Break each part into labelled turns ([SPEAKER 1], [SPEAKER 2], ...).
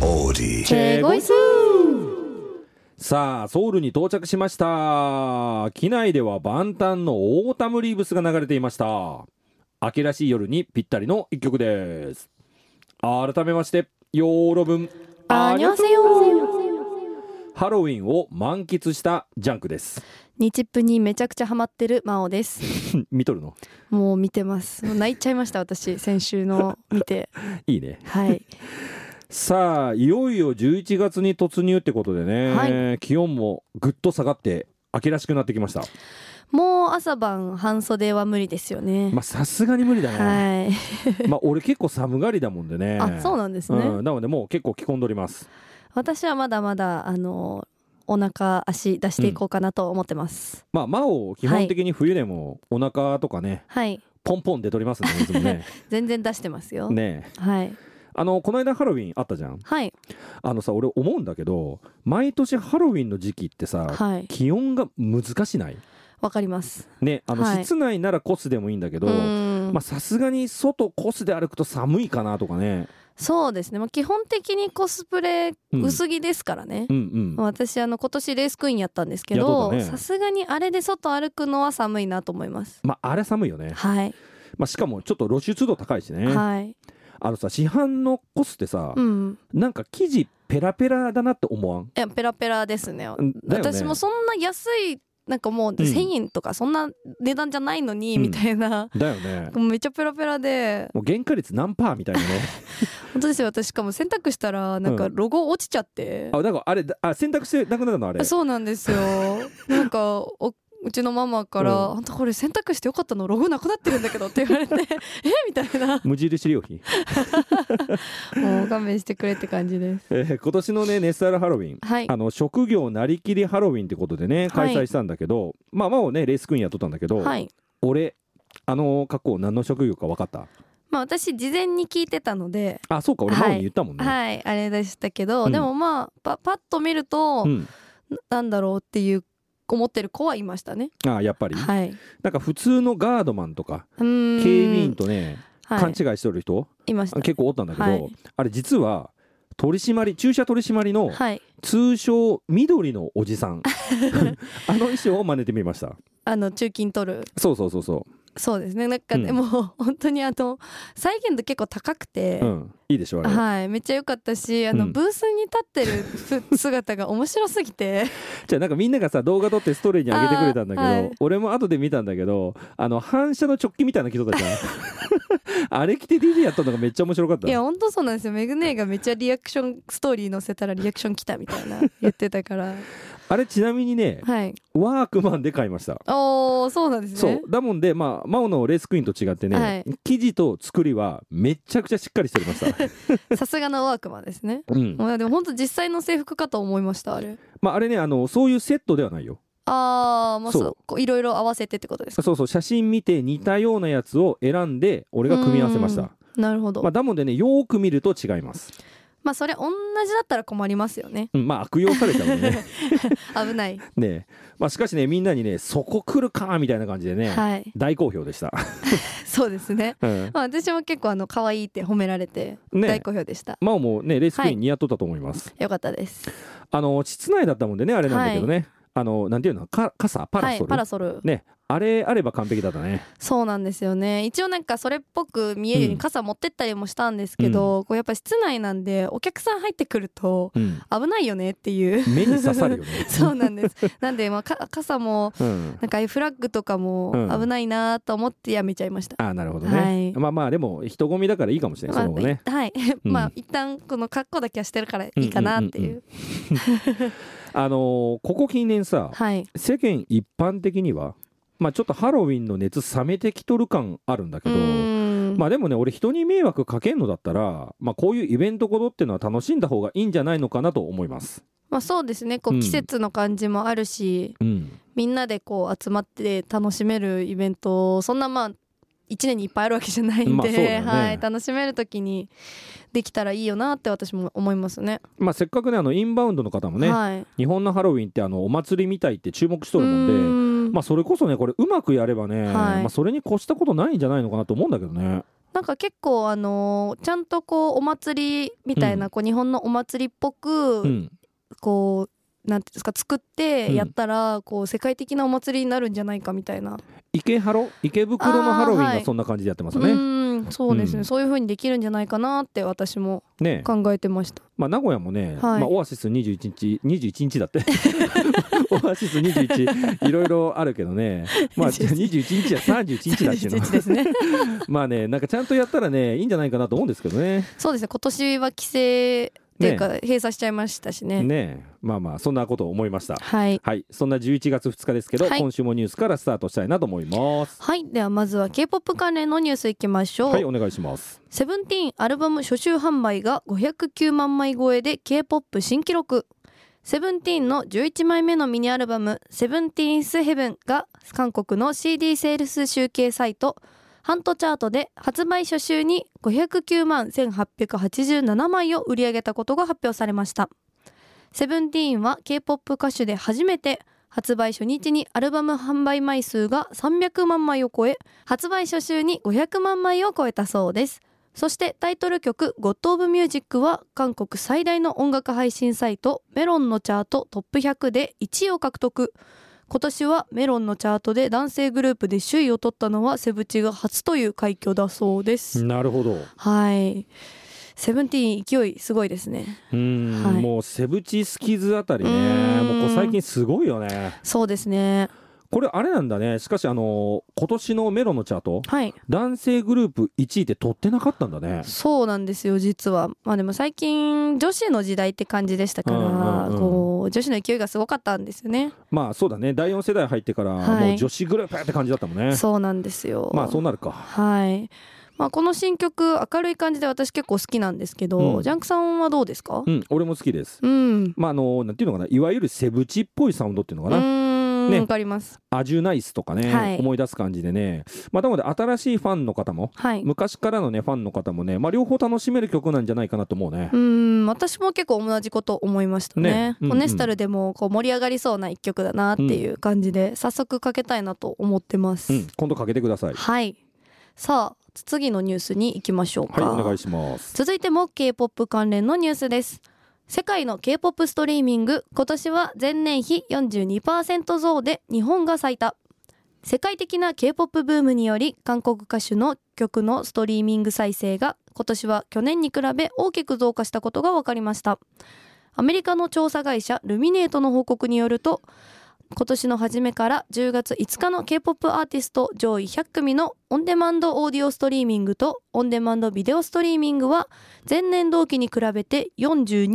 [SPEAKER 1] Melody.
[SPEAKER 2] 제고이스
[SPEAKER 3] さあ、ソウルに到着しました。機内では万端のオータムリーブスが流れていました。秋らしい夜にぴったりの一曲です。改めまして、ヨーロ分、
[SPEAKER 2] 안녕하세요
[SPEAKER 3] ハロウィンを満喫したジャン クです。
[SPEAKER 4] 日プにめちゃくちゃハマってる真央です
[SPEAKER 3] 見とるの
[SPEAKER 4] もう見てますもう泣いちゃいました 私先週の見て
[SPEAKER 3] いいね。
[SPEAKER 4] はい
[SPEAKER 3] さあ、いよいよ11月に突入ってことでね、
[SPEAKER 4] は
[SPEAKER 3] 気温もぐっと下がって、秋らしくなってきました。
[SPEAKER 4] もう朝晩半袖は無理ですよね、
[SPEAKER 3] まあ、さすがに無理だね。
[SPEAKER 4] はい、
[SPEAKER 3] まあ、俺結構寒がりだもんでね。
[SPEAKER 4] あそうなんですね、
[SPEAKER 3] うん、なのでもう結構着込んでおります。
[SPEAKER 4] 私はまだまだあのお腹足出していこうかなと思ってます、
[SPEAKER 3] まあ、マオ、基本的に冬でもお腹とかね、
[SPEAKER 4] はい
[SPEAKER 3] ポンポン出とりますね、いつもね。
[SPEAKER 4] 全然出してますよ、
[SPEAKER 3] ねえ
[SPEAKER 4] はい
[SPEAKER 3] あの、この間ハロウィンあったじゃん。
[SPEAKER 4] はい
[SPEAKER 3] あのさ、俺思うんだけど、毎年ハロウィンの時期ってさ、
[SPEAKER 4] はい
[SPEAKER 3] 気温が難しない
[SPEAKER 4] わかります
[SPEAKER 3] ね、あの、
[SPEAKER 4] はい
[SPEAKER 3] 室内ならコスでもいいんだけど、
[SPEAKER 4] うん
[SPEAKER 3] まあ、さすがに外コスで歩くと寒いかなとかね。
[SPEAKER 4] そうですね、まあ、基本的にコスプレ
[SPEAKER 3] うん
[SPEAKER 4] 薄着ですからね、
[SPEAKER 3] うんうん。
[SPEAKER 4] 私あの今年レースクイーンやったんですけ
[SPEAKER 3] やっ
[SPEAKER 4] ど
[SPEAKER 3] とったね
[SPEAKER 4] さすがにあれで外歩くのは寒いなと思います
[SPEAKER 3] まあ、あれ寒いよね。
[SPEAKER 4] はい、
[SPEAKER 3] まあ、しかもちょっと露出度高いしね。
[SPEAKER 4] はい
[SPEAKER 3] あのさ、市販のコスってさ、
[SPEAKER 4] うん
[SPEAKER 3] なんか生地ペラペラだなって思わん
[SPEAKER 4] いやペラペラですね
[SPEAKER 3] んだよね
[SPEAKER 4] 私もそんな安いなんかもう1,000円とかそんな値段じゃないのに、
[SPEAKER 3] うん
[SPEAKER 4] みたいな
[SPEAKER 3] だよね。
[SPEAKER 4] めっちゃペラペラで
[SPEAKER 3] もう原価率何パーみたい なね。
[SPEAKER 4] 本当ですよ私しかも洗濯したらなんか
[SPEAKER 3] う
[SPEAKER 4] ロゴ落ちちゃって、
[SPEAKER 3] あ、だからあれ、だあ、選択してなくなるのあれ。
[SPEAKER 4] そうなんです よなんかおうちのママから「
[SPEAKER 3] う
[SPEAKER 4] あんたこれ洗濯してよかったのロゴなくなってるんだけど」って言われて 「えみたい な
[SPEAKER 3] 無印良品。
[SPEAKER 4] もう勘弁してくれって感じです
[SPEAKER 3] えー今年のね、ネスタルハロウィン。
[SPEAKER 4] はい
[SPEAKER 3] あの職業なりきりハロウィンってことでね
[SPEAKER 4] は
[SPEAKER 3] 開
[SPEAKER 4] い
[SPEAKER 3] 催したんだけど、まあまあねレースクイーンやっとったんだけど、
[SPEAKER 4] はい
[SPEAKER 3] 俺あの過去何の職業か分かった
[SPEAKER 4] まあ私事前に聞いてたので
[SPEAKER 3] あそうか俺
[SPEAKER 4] はい
[SPEAKER 3] 前に言ったもんね、
[SPEAKER 4] はいあれでしたけど、
[SPEAKER 3] うん
[SPEAKER 4] でもまあパパッと見ると、
[SPEAKER 3] うん、
[SPEAKER 4] なんだろうっていう思ってる子はいましたね。
[SPEAKER 3] あやっぱり、
[SPEAKER 4] はい。
[SPEAKER 3] なんか普通のガードマンとか
[SPEAKER 4] 警備
[SPEAKER 3] 警備員とね、
[SPEAKER 4] は
[SPEAKER 3] 勘
[SPEAKER 4] い、
[SPEAKER 3] 違いしてる人
[SPEAKER 4] いました。
[SPEAKER 3] 結構おったんだけど、
[SPEAKER 4] はい
[SPEAKER 3] あれ実は取り締まり駐車取り締まりの
[SPEAKER 4] はい。
[SPEAKER 3] 通称緑のおじさん あの衣装を真似てみました
[SPEAKER 4] あの中金取る。
[SPEAKER 3] そうそうそうそ
[SPEAKER 4] そう ですね。なんか、
[SPEAKER 3] うん
[SPEAKER 4] でも本当にあの再現度結構高くて。
[SPEAKER 3] う、うん、いいでしょあれ、
[SPEAKER 4] はい、めっちゃ良かったしあの、
[SPEAKER 3] うん
[SPEAKER 4] ブースに立ってるふ 姿が面白すぎて
[SPEAKER 3] じゃあなんかみんながさ動画撮ってストーリーに上げてくれたんだけど、
[SPEAKER 4] あーはい
[SPEAKER 3] 俺も後で見たんだけどあの反射の直帰みたいな人たちゃん あれ着て DJ やったのがめっちゃ面白かった
[SPEAKER 4] いや本当そうなんですよメグ姉がめっちゃリアクションストーリー載せたらリアクション来たみたいな言ってた から
[SPEAKER 3] あれちなみにね
[SPEAKER 4] はい
[SPEAKER 3] ワークマンで買いました
[SPEAKER 4] おーそうなんです
[SPEAKER 3] そ
[SPEAKER 4] ね
[SPEAKER 3] うだもんでまあマオのレースクイーンと違ってね、
[SPEAKER 4] はい
[SPEAKER 3] 生地と作りはめちゃくちゃしっかりしておりまし た、
[SPEAKER 4] さすがのワークマンですね
[SPEAKER 3] うん
[SPEAKER 4] もうでも本当実際の制服かと思いましたあれ
[SPEAKER 3] まああれねあのそういうセットではないよ
[SPEAKER 4] ああまあ
[SPEAKER 3] そう
[SPEAKER 4] そうこういろいろ合わせてってことですか
[SPEAKER 3] そうそう写真見て似たようなやつを選んで俺が組み合わせまし
[SPEAKER 4] うん
[SPEAKER 3] た
[SPEAKER 4] なるほど
[SPEAKER 3] ま
[SPEAKER 4] ま
[SPEAKER 3] あ、だもんでねよーく見ると違います、
[SPEAKER 4] あそれ同じだったら困りますよね
[SPEAKER 3] うん、まあ悪用されたも んね
[SPEAKER 4] 危ない、
[SPEAKER 3] ねえまあしかしねみんなにねそこ来るかみたいな感じでね、
[SPEAKER 4] はい
[SPEAKER 3] 大好評でした、
[SPEAKER 4] そうですね
[SPEAKER 3] うん、
[SPEAKER 4] まあ私も結構あの可愛いって褒められて
[SPEAKER 3] ね
[SPEAKER 4] 大好評でした、
[SPEAKER 3] まあもうねレースクイーン似合っとったと思います、
[SPEAKER 4] よかったです
[SPEAKER 3] あの室内だったもんでねあれなんだけどね、あのなんていうのか傘パラソル、
[SPEAKER 4] はい、パラソル
[SPEAKER 3] ねあれあれば完璧だったね
[SPEAKER 4] そうなんですよね一応なんかそれっぽく見えるよう
[SPEAKER 3] う
[SPEAKER 4] に
[SPEAKER 3] ん
[SPEAKER 4] 傘持ってったりもしたんですけど、こうやっぱ室内なんでお客さん入ってくると
[SPEAKER 3] うん
[SPEAKER 4] 危ないよねっていう
[SPEAKER 3] 目に刺さるよね
[SPEAKER 4] そうなんですなんでまあか傘も
[SPEAKER 3] うん
[SPEAKER 4] なんか F フラッグとかも
[SPEAKER 3] うん
[SPEAKER 4] 危ないなと思ってやめちゃいました。
[SPEAKER 3] ああなるほどね、
[SPEAKER 4] はい
[SPEAKER 3] まあまあでも人混みだからいいかもしれない
[SPEAKER 4] ま
[SPEAKER 3] そ
[SPEAKER 4] あ、
[SPEAKER 3] の後ね
[SPEAKER 4] いはい、
[SPEAKER 3] うん
[SPEAKER 4] まあ一旦この格好だけはしてるからいいかなっていう,、
[SPEAKER 3] うんうんうんあのーここ近年さ
[SPEAKER 4] はい
[SPEAKER 3] 世間一般的にはまあちょっとハロウィンの熱冷めてきとる感あるんだ
[SPEAKER 4] う
[SPEAKER 3] けど
[SPEAKER 4] ーん
[SPEAKER 3] まあでもね俺人に迷惑かけんのだったらまあこういうイベントごとっていうのは楽しんだ方がいいんじゃないのかなと思います
[SPEAKER 4] まあそうですねこ
[SPEAKER 3] う
[SPEAKER 4] うん季節の感じもあるし、
[SPEAKER 3] うん
[SPEAKER 4] みんなでこう集まって楽しめるイベントそんなまあ一年にいっぱいあるわけじゃないんで、
[SPEAKER 3] まあそうだよね
[SPEAKER 4] はい、楽しめる時にできたらいいよなって私も思いますね。
[SPEAKER 3] まあせっかくねあのインバウンドの方もね、
[SPEAKER 4] はい、
[SPEAKER 3] 日本のハロウィンってあのお祭りみたいって注目しとるも
[SPEAKER 4] うー
[SPEAKER 3] んで
[SPEAKER 4] ん
[SPEAKER 3] まあそれこそねこれうまくやればね、
[SPEAKER 4] はい
[SPEAKER 3] まあそれに越したことないんじゃないのかなと思うんだけどね
[SPEAKER 4] なんか結構あのーちゃんとこうお祭りみたいな、こう日本のお祭りっぽく、
[SPEAKER 3] うん
[SPEAKER 4] こうなんていうんですか作って
[SPEAKER 3] うん
[SPEAKER 4] やったら、こう世界的なお祭りになるんじゃないかみたいな、
[SPEAKER 3] 池ハロ池袋のハロウィ
[SPEAKER 4] あ
[SPEAKER 3] ン
[SPEAKER 4] ーは
[SPEAKER 3] が
[SPEAKER 4] い
[SPEAKER 3] そんな感じでやってます
[SPEAKER 4] う
[SPEAKER 3] よね。
[SPEAKER 4] ーんそうですね、
[SPEAKER 3] うん
[SPEAKER 4] そういう風にできるんじゃないかなって私も
[SPEAKER 3] ねえ
[SPEAKER 4] 考えてました。
[SPEAKER 3] まあ、名古屋もね、
[SPEAKER 4] はい
[SPEAKER 3] まあ、オアシス21日21日だって オアシス21いろいろあるけどね、まあ、じゃあ21日や31日だっけ
[SPEAKER 4] 11ですね
[SPEAKER 3] のまあねなんかちゃんとやったらねいいんじゃないかなと思うんですけどね。
[SPEAKER 4] そうですね今年は規制っていうか閉鎖しちゃいましたしね
[SPEAKER 3] ねえまあまあそんなことを思いました。
[SPEAKER 4] はい
[SPEAKER 3] はいそんな11月2日ですけど、
[SPEAKER 4] はい
[SPEAKER 3] 今週もニュースからスタートしたいなと思います。
[SPEAKER 4] はいではまずは k p o p 関連のニュースいきましょう、
[SPEAKER 3] はいお願いします。
[SPEAKER 4] セブンティーンアルバム初週販売が509万枚超えで K-POP 新記録セブンティーンの11枚目のミニアルバム「セブンティーンスヘブンが韓国の CD セールス集計サイトハントチャートで発売初週に509万1887枚を売り上げたことが発表されましたセブンティーンは K-POP 歌手で初めて発売初日にアルバム販売枚数が300万枚を超え発売初週に500万枚を超えたそうですそしてタイトル曲「GodOfMusic」は韓国最大の音楽配信サイトメロンのチャートトップ100で1位を獲得今年はメロンのチャートで男性グループで首位を取ったのはセブチが初という快挙だそうです、
[SPEAKER 3] なるほど。
[SPEAKER 4] はいセブンティーン勢いすごいですね
[SPEAKER 3] うーん、
[SPEAKER 4] はい
[SPEAKER 3] もうセブチスキズあたり
[SPEAKER 4] う
[SPEAKER 3] ね
[SPEAKER 4] ーん
[SPEAKER 3] もうこう最近すごいよね。
[SPEAKER 4] そうですね
[SPEAKER 3] これあれなんだねしかしあの今年のメロンのチャート
[SPEAKER 4] はい
[SPEAKER 3] 男性グループ1位って取ってなかったんだね。
[SPEAKER 4] そうなんですよ実はまあでも最近女子の時代って感じでしたから、
[SPEAKER 3] うんうんうん
[SPEAKER 4] こう女子の勢いがすごかったんですよね、
[SPEAKER 3] まあそうだね第4世代入ってから
[SPEAKER 4] はい
[SPEAKER 3] もう女子グループって感じだったもんね。
[SPEAKER 4] そうなんですよ
[SPEAKER 3] まあそうなるか。
[SPEAKER 4] はい。まあこの新曲明るい感じで私結構好きなんですけど、
[SPEAKER 3] うん
[SPEAKER 4] ジャンクさんはどうですか？
[SPEAKER 3] うん俺も好きです。
[SPEAKER 4] うん。
[SPEAKER 3] まああのなんていうのかないわゆるセブチっぽいサウンドっていうの
[SPEAKER 4] う
[SPEAKER 3] か
[SPEAKER 4] ー
[SPEAKER 3] な、
[SPEAKER 4] ん。
[SPEAKER 3] ね
[SPEAKER 4] わかります。
[SPEAKER 3] アジュナイスとかね、
[SPEAKER 4] はい
[SPEAKER 3] 思い出す感じでねまあなので新しいファンの方も
[SPEAKER 4] はい。
[SPEAKER 3] 昔からのねファンの方もね、まあ、両方楽しめる曲なんじゃないかなと思うね
[SPEAKER 4] う。ーん私も結構同じこと思いましたね
[SPEAKER 3] ねうんうん
[SPEAKER 4] ホネスタルでもこう盛り上がりそうな一曲だなっていう感じで、早速かけたいなと思ってます、
[SPEAKER 3] うん、今度かけてください。
[SPEAKER 4] はいさあ次のニュースに行きましょう
[SPEAKER 3] はい
[SPEAKER 4] か、
[SPEAKER 3] お願いします。
[SPEAKER 4] 続いても K-POP 関連のニュースです世界の K-POP ストリーミング今年は前年比42%増で日本が最多世界的な K-POP ブームにより韓国歌手の曲のストリーミング再生が今年は去年に比べ大きく増加したことが分かりましたアメリカの調査会社ルミネートの報告によると今年の初めから10月5日の K-POP アーティスト上位100組のオンデマンドオーディオストリーミングとオンデマンドビデオストリーミングは前年同期に比べて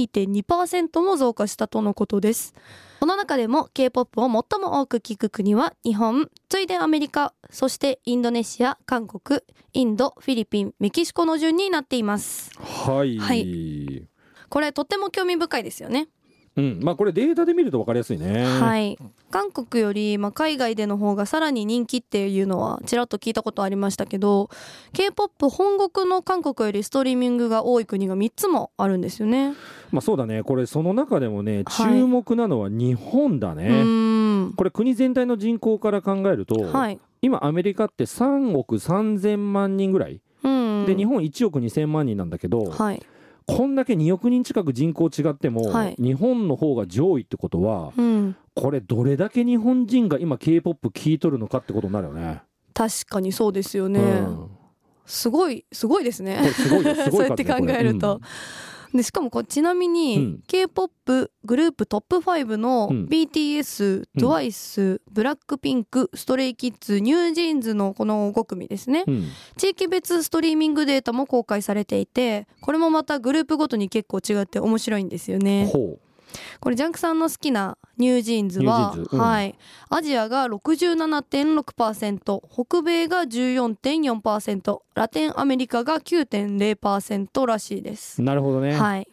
[SPEAKER 4] 42.2%も増加したとのことですこの中でも K-POP を最も多く聞く国は日本次いでアメリカそしてインドネシア韓国インドフィリピンメキシコの順になっています
[SPEAKER 3] はい。
[SPEAKER 4] はこれとっても興味深いですよね
[SPEAKER 3] うん、まあこれデータで見ると分かりやすいね。
[SPEAKER 4] はい、韓国より、まあ、海外での方がさらに人気っていうのはちらっと聞いたことありましたけど k p o p 本国の韓国よりストリーミングが多い国が3つもあるんですよね。
[SPEAKER 3] まあそうだねこれその中でも
[SPEAKER 4] は
[SPEAKER 3] ね
[SPEAKER 4] い
[SPEAKER 3] 注目なのは日本だね、
[SPEAKER 4] うーん
[SPEAKER 3] これ国全体の人口から考えると、
[SPEAKER 4] はい
[SPEAKER 3] 今アメリカって3億3000万人ぐらい
[SPEAKER 4] うん、
[SPEAKER 3] で日本1億2000万人なんだけど、
[SPEAKER 4] はい
[SPEAKER 3] こんだけ2億人近く人口違っても、
[SPEAKER 4] はい
[SPEAKER 3] 日本の方が上位ってことは
[SPEAKER 4] うん、
[SPEAKER 3] これどれだけ日本人が今 k p o p 聴いとるのかってことになるよね。
[SPEAKER 4] 確かにそうですよね、
[SPEAKER 3] うん、こ
[SPEAKER 4] すごいすごいです
[SPEAKER 3] れ
[SPEAKER 4] ね。
[SPEAKER 3] すご いよすごい数
[SPEAKER 4] そうやって考えると、でしかもこうちなみに、
[SPEAKER 3] うん
[SPEAKER 4] k p o p グループトップ5の
[SPEAKER 3] うん
[SPEAKER 4] BTS、
[SPEAKER 3] うん
[SPEAKER 4] TWICE、ブラックピンク、ストレイキッズ、ニュージーンズのこの5組ですね
[SPEAKER 3] これうん
[SPEAKER 4] 地域別ストリーミングデータも公開されていてこれもまたグループごとに結構違って面白いんですよ
[SPEAKER 3] うん、
[SPEAKER 4] ね
[SPEAKER 3] ほ
[SPEAKER 4] これジャンクさんの好きなニュージーンズは
[SPEAKER 3] ニュージーンズうん
[SPEAKER 4] はい、アジアが67.6%北米が14.4%ラテンアメリカが9.0%らしいです、
[SPEAKER 3] うなるほどね、
[SPEAKER 4] はい、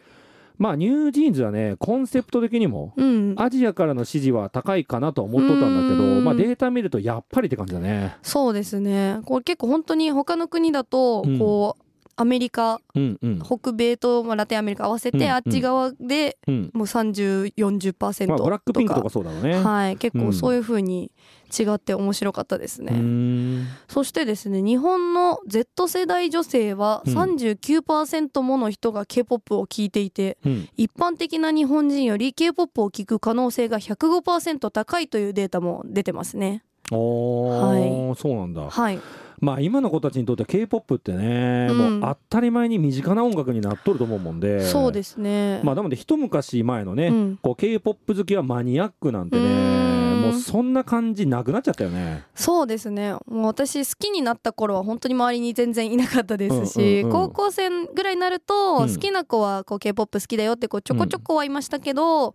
[SPEAKER 3] まあニュージーンズはねコンセプト的にも
[SPEAKER 4] うん、
[SPEAKER 3] アジアからの支持は高いかなとは思っとったんだけど、
[SPEAKER 4] うーん
[SPEAKER 3] まあ、データ見るとやっぱりって感じだね。
[SPEAKER 4] そうですねこれ結構本当に他の国だと
[SPEAKER 3] うん
[SPEAKER 4] こう、アメリカ
[SPEAKER 3] うんうん
[SPEAKER 4] 北米とまあラテンアメリカ合わせて、
[SPEAKER 3] うんうん
[SPEAKER 4] あっち側で
[SPEAKER 3] うん
[SPEAKER 4] もう3040%
[SPEAKER 3] まあ
[SPEAKER 4] とか、
[SPEAKER 3] ブラックピンクとかそうだろうね
[SPEAKER 4] はい結
[SPEAKER 3] う
[SPEAKER 4] 構
[SPEAKER 3] ん
[SPEAKER 4] そういう風に違って面白かったです
[SPEAKER 3] うー
[SPEAKER 4] ね、
[SPEAKER 3] ん
[SPEAKER 4] そしてですね日本の Z 世代女性は
[SPEAKER 3] うん
[SPEAKER 4] 39%もの人が k p o p を聴いていて
[SPEAKER 3] うん
[SPEAKER 4] 一般的な日本人より k p o p を聴く可能性が105%高いというデータも出てますね
[SPEAKER 3] おーそうなんだ
[SPEAKER 4] はい
[SPEAKER 3] まあ今の子たちにとって k p o p ってね、
[SPEAKER 4] うん
[SPEAKER 3] もう当たり前に身近な音楽になっとると思うもんで
[SPEAKER 4] そうですね
[SPEAKER 3] まあなので一昔前のね、
[SPEAKER 4] うん
[SPEAKER 3] こう k p o p 好きはマニアックなんてね
[SPEAKER 4] うーん
[SPEAKER 3] もうそんな感じなくなっちゃったよね
[SPEAKER 4] そうですねもう私好きになった頃は本当に周りに全然いなかったですし、
[SPEAKER 3] うんうんうん
[SPEAKER 4] 高校生ぐらいになる
[SPEAKER 3] う
[SPEAKER 4] と好
[SPEAKER 3] ん
[SPEAKER 4] きな子はこう k p o p 好きだよってこうちょこちょこはいましたけど、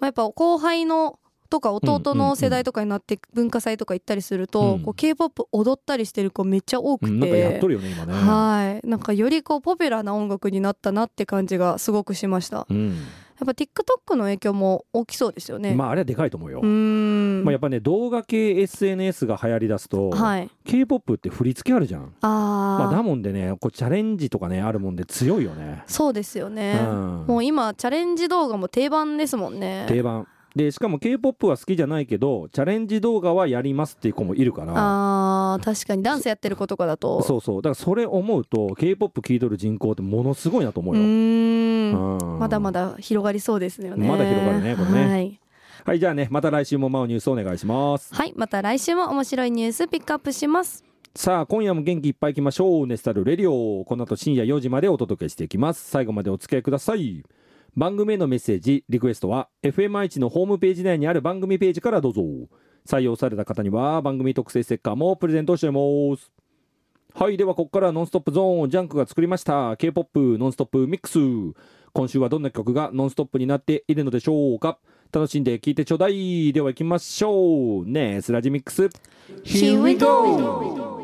[SPEAKER 4] まあ、やっぱ後輩のとか弟の世代とかになって文化祭とか行ったりすると、
[SPEAKER 3] うん
[SPEAKER 4] こう k p o p 踊ったりしてる子めっちゃ多く
[SPEAKER 3] う
[SPEAKER 4] て、
[SPEAKER 3] んなんかやっとるよね今ね
[SPEAKER 4] はいなんかよりこうポピュラーな音楽になったなって感じがすごくしました
[SPEAKER 3] うん
[SPEAKER 4] やっぱ TikTok の影響も大きそうですよね、
[SPEAKER 3] まああれはでかいと思うよ、
[SPEAKER 4] うーん、
[SPEAKER 3] まあ、やっぱね動画系 SNS が流行りだすと、
[SPEAKER 4] はい、
[SPEAKER 3] k p o p って振り付けあるじゃん
[SPEAKER 4] あー、
[SPEAKER 3] まあ、だもんでねこうチャレンジとかねあるもんで強いよね、
[SPEAKER 4] そうですよね、
[SPEAKER 3] うん
[SPEAKER 4] もう今チャレンジ動画も定番ですもんね
[SPEAKER 3] 定番でしかも k p o p は好きじゃないけどチャレンジ動画はやりますっていう子もいるから
[SPEAKER 4] あー確かにダンスやってる子とかだと
[SPEAKER 3] そうそうだからそれ思うと k p o p 聴いとる人口ってものすごいなと思う
[SPEAKER 4] う
[SPEAKER 3] よ、
[SPEAKER 4] ーん
[SPEAKER 3] うん
[SPEAKER 4] まだまだ広がりそうですよね
[SPEAKER 3] まだ広がるねこれね
[SPEAKER 4] はい、
[SPEAKER 3] はいじゃあねまた来週もマオニュースお願いします
[SPEAKER 4] はい、また来週も面白いニュースピックアップします
[SPEAKER 3] さあ今夜も元気いっぱいいきましょうネスタルレディオこの後深夜4時までお届けしていきます最後までお付き合いください番組へのメッセージリクエストは FMI1 のホームページ内にある番組ページからどうぞ採用された方には番組特製ステッカーもプレゼントしていますはいではここからはノンストップゾーンジャンクが作りました K-POP ノンストップミックス今週はどんな曲がノンストップになっているのでしょうか楽しんで聴いてちょうだいでは行きましょうねスラジミックス
[SPEAKER 4] Here we go!